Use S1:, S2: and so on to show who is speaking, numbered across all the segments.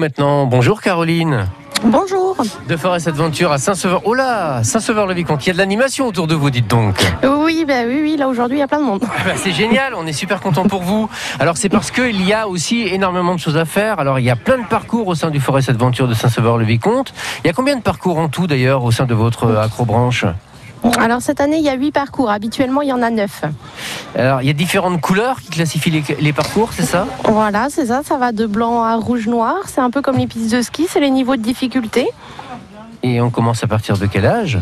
S1: Maintenant, bonjour Caroline.
S2: Bonjour.
S1: De Forest Adventure à Saint-Sauveur. Oh là, Saint-Sauveur-le-Vicomte, il y a de l'animation autour de vous, dites donc.
S2: Oui, bah oui, oui, là aujourd'hui il y a plein de monde.
S1: Ah bah, c'est génial, on est super content pour vous. Alors c'est parce qu'il y a aussi énormément de choses à faire. Alors il y a plein de parcours au sein du Forest Adventure de Saint-Sauveur-le-Vicomte. Il y a combien de parcours en tout d'ailleurs au sein de votre euh, acrobranche
S2: Alors cette année il y a 8 parcours, habituellement il y en a 9.
S1: Alors il y a différentes couleurs qui classifient les, les parcours, c'est ça
S2: Voilà, c'est ça, ça va de blanc à rouge noir, c'est un peu comme les pistes de ski, c'est les niveaux de difficulté.
S1: Et on commence à partir de quel âge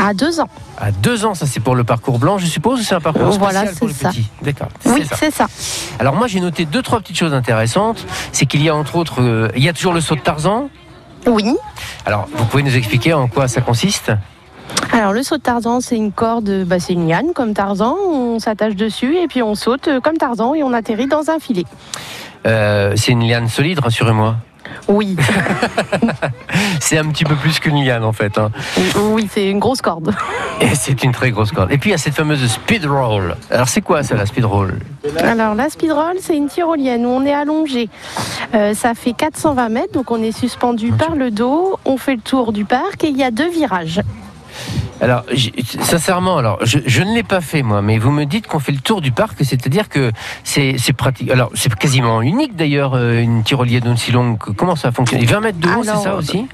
S2: À 2 ans.
S1: À deux ans, ça c'est pour le parcours blanc, je suppose, ou c'est un parcours
S2: Euh,
S1: spécial
S2: voilà,
S1: pour le
S2: c'est ça.
S1: petit D'accord,
S2: Oui,
S1: c'est ça.
S2: c'est ça.
S1: Alors moi j'ai noté deux trois petites choses intéressantes, c'est qu'il y a entre autres euh, il y a toujours le saut de Tarzan.
S2: Oui.
S1: Alors vous pouvez nous expliquer en quoi ça consiste
S2: Alors le saut de Tarzan, c'est une corde, bah, c'est une liane comme Tarzan, on s'attache dessus et puis on saute euh, comme Tarzan et on atterrit dans un filet.
S1: Euh, C'est une liane solide, rassurez-moi.
S2: Oui,
S1: C'est un petit peu plus qu'une liane en fait. hein.
S2: oui, c'est une grosse corde.
S1: Et c'est une très grosse corde. Et puis il y a cette fameuse speed roll. Alors c'est quoi ça la speed roll
S2: Alors la speedroll, c'est une tyrolienne où on est allongé. Euh, ça fait 420 mètres, donc on est suspendu par le dos. On fait le tour du parc et il y a deux virages.
S1: Alors j'ai- sincèrement, alors je, je ne l'ai pas fait moi, mais vous me dites qu'on fait le tour du parc, c'est-à-dire que c'est c'est pratique. Alors c'est quasiment unique d'ailleurs euh, une tyrolienne aussi longue. Comment ça fonctionne 20 mètres de haut, c'est
S2: Alors,
S1: ça aussi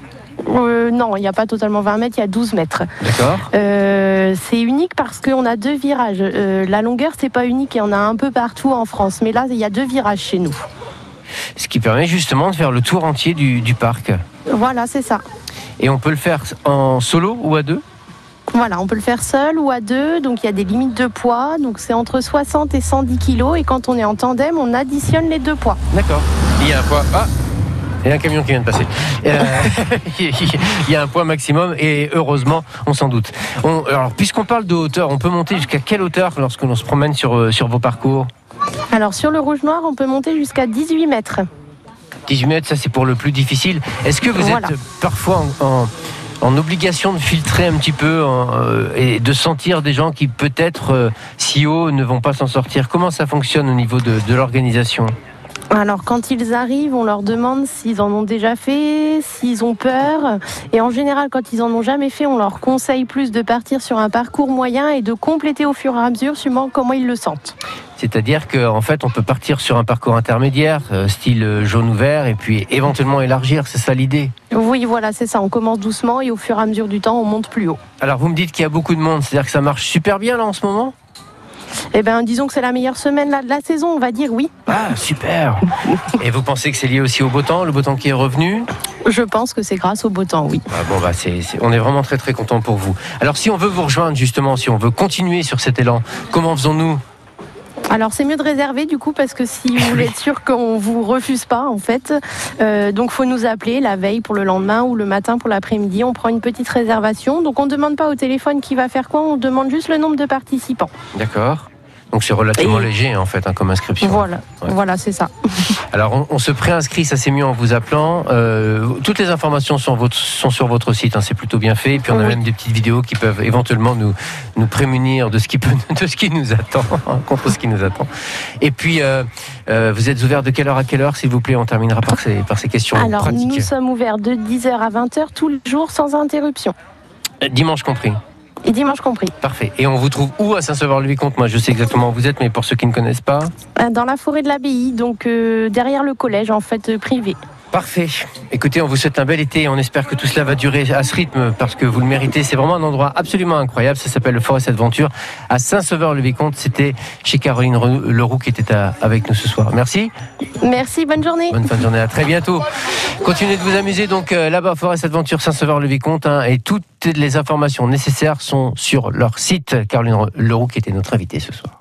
S2: Euh, non, il n'y a pas totalement 20 mètres, il y a 12 mètres.
S1: D'accord.
S2: Euh, c'est unique parce qu'on a deux virages. Euh, la longueur, c'est pas unique et on a un peu partout en France. Mais là, il y a deux virages chez nous.
S1: Ce qui permet justement de faire le tour entier du, du parc.
S2: Voilà, c'est ça.
S1: Et on peut le faire en solo ou à deux
S2: Voilà, on peut le faire seul ou à deux. Donc il y a des limites de poids. Donc c'est entre 60 et 110 kilos. Et quand on est en tandem, on additionne les deux poids.
S1: D'accord. Il y a un poids. Ah Il y a un camion qui vient de passer. Euh, il y a un poids maximum et heureusement, on s'en doute. On- alors, puisqu'on parle de hauteur, on peut monter jusqu'à quelle hauteur lorsque l'on se promène sur, euh, sur vos parcours
S2: Alors sur le rouge noir, on peut monter jusqu'à 18 mètres.
S1: 18 mètres, ça c'est pour le plus difficile. Est-ce que vous
S2: Voilà.
S1: êtes parfois en, en- en obligation de filtrer un petit peu en, euh, et de sentir des gens qui peut-être euh, si haut ne vont pas s'en sortir Comment ça fonctionne au niveau de- de l'organisation
S2: Alors quand ils arrivent, on leur demande s'ils en ont déjà fait, s'ils ont peur. Et en général, quand ils en ont jamais fait, on leur conseille plus de partir sur un parcours moyen et de compléter au fur et à mesure suivant comment ils le sentent.
S1: C'est-à-dire qu'en fait, on peut partir sur un parcours intermédiaire, euh, style euh, jaune ou vert, et puis éventuellement élargir, c'est ça l'idée.
S2: Oui, voilà, c'est ça. On commence doucement et au fur et à mesure du temps, on monte plus haut.
S1: Alors vous me dites qu'il y a beaucoup de monde, c'est-à-dire que ça marche super bien là en ce moment
S2: Eh ben, disons que c'est la meilleure semaine là, de la saison, on va dire oui.
S1: Ah, super Et vous pensez que c'est lié aussi au beau temps, le beau temps qui est revenu
S2: Je pense que c'est grâce au beau temps, oui.
S1: Ah, Bon, bah, c'est, c'est- on est vraiment très très content pour vous. Alors si on veut vous rejoindre justement, si on veut continuer sur cet élan, comment faisons-nous
S2: Alors c'est mieux de réserver du coup parce que si vous voulez être sûr qu'on vous refuse pas en fait, euh, donc faut nous appeler la veille pour le lendemain ou le matin pour l'après-midi. On prend une petite réservation. Donc on ne demande pas au téléphone qui va faire quoi, on demande juste le nombre de participants.
S1: D'accord donc c'est relativement
S2: Et-
S1: léger en fait hein, comme inscription.
S2: Voilà,
S1: Ouais.
S2: voilà c'est ça.
S1: Alors on, on se préinscrit, ça c'est mieux en vous appelant. Euh, toutes les informations sont, votre- sont sur votre site, hein, c'est plutôt bien fait. Et puis on a
S2: Oui.
S1: même des petites vidéos qui peuvent éventuellement nous, nous prémunir de ce qui peut, de ce qui nous attend, hein, contre ce qui nous attend. Et puis euh, euh, vous êtes ouvert de quelle heure à quelle heure, s'il vous plaît On terminera par ces, par ces questions
S2: Alors nous
S1: pratiques.
S2: sommes ouverts de 10h à 20h tous les jours sans interruption.
S1: Euh, Dimanche compris.
S2: Et dimanche compris.
S1: Parfait. Et on vous trouve où à Saint-Sauveur-le-Vicomte Moi, je sais exactement où vous êtes, mais pour ceux qui ne connaissent pas.
S2: Euh, Dans la forêt de l'abbaye, donc euh, derrière le collège en fait euh, privé.
S1: Parfait. Écoutez, on vous souhaite un bel été. On espère que tout cela va durer à ce rythme parce que vous le méritez. C'est vraiment un endroit absolument incroyable. Ça s'appelle le Forest Adventure à Saint-Sauveur-le-Vicomte. C'était chez Caroline Re- Leroux qui était à- avec nous ce soir. Merci.
S2: Merci, bonne journée.
S1: Bonne fin de journée. À très bientôt. Continuez de vous amuser donc euh, là-bas, Forest Adventure Saint-Sauveur-le-Vicomte. hein, et toutes les informations nécessaires sont sur leur site. Caroline Re- Leroux qui était notre invitée ce soir.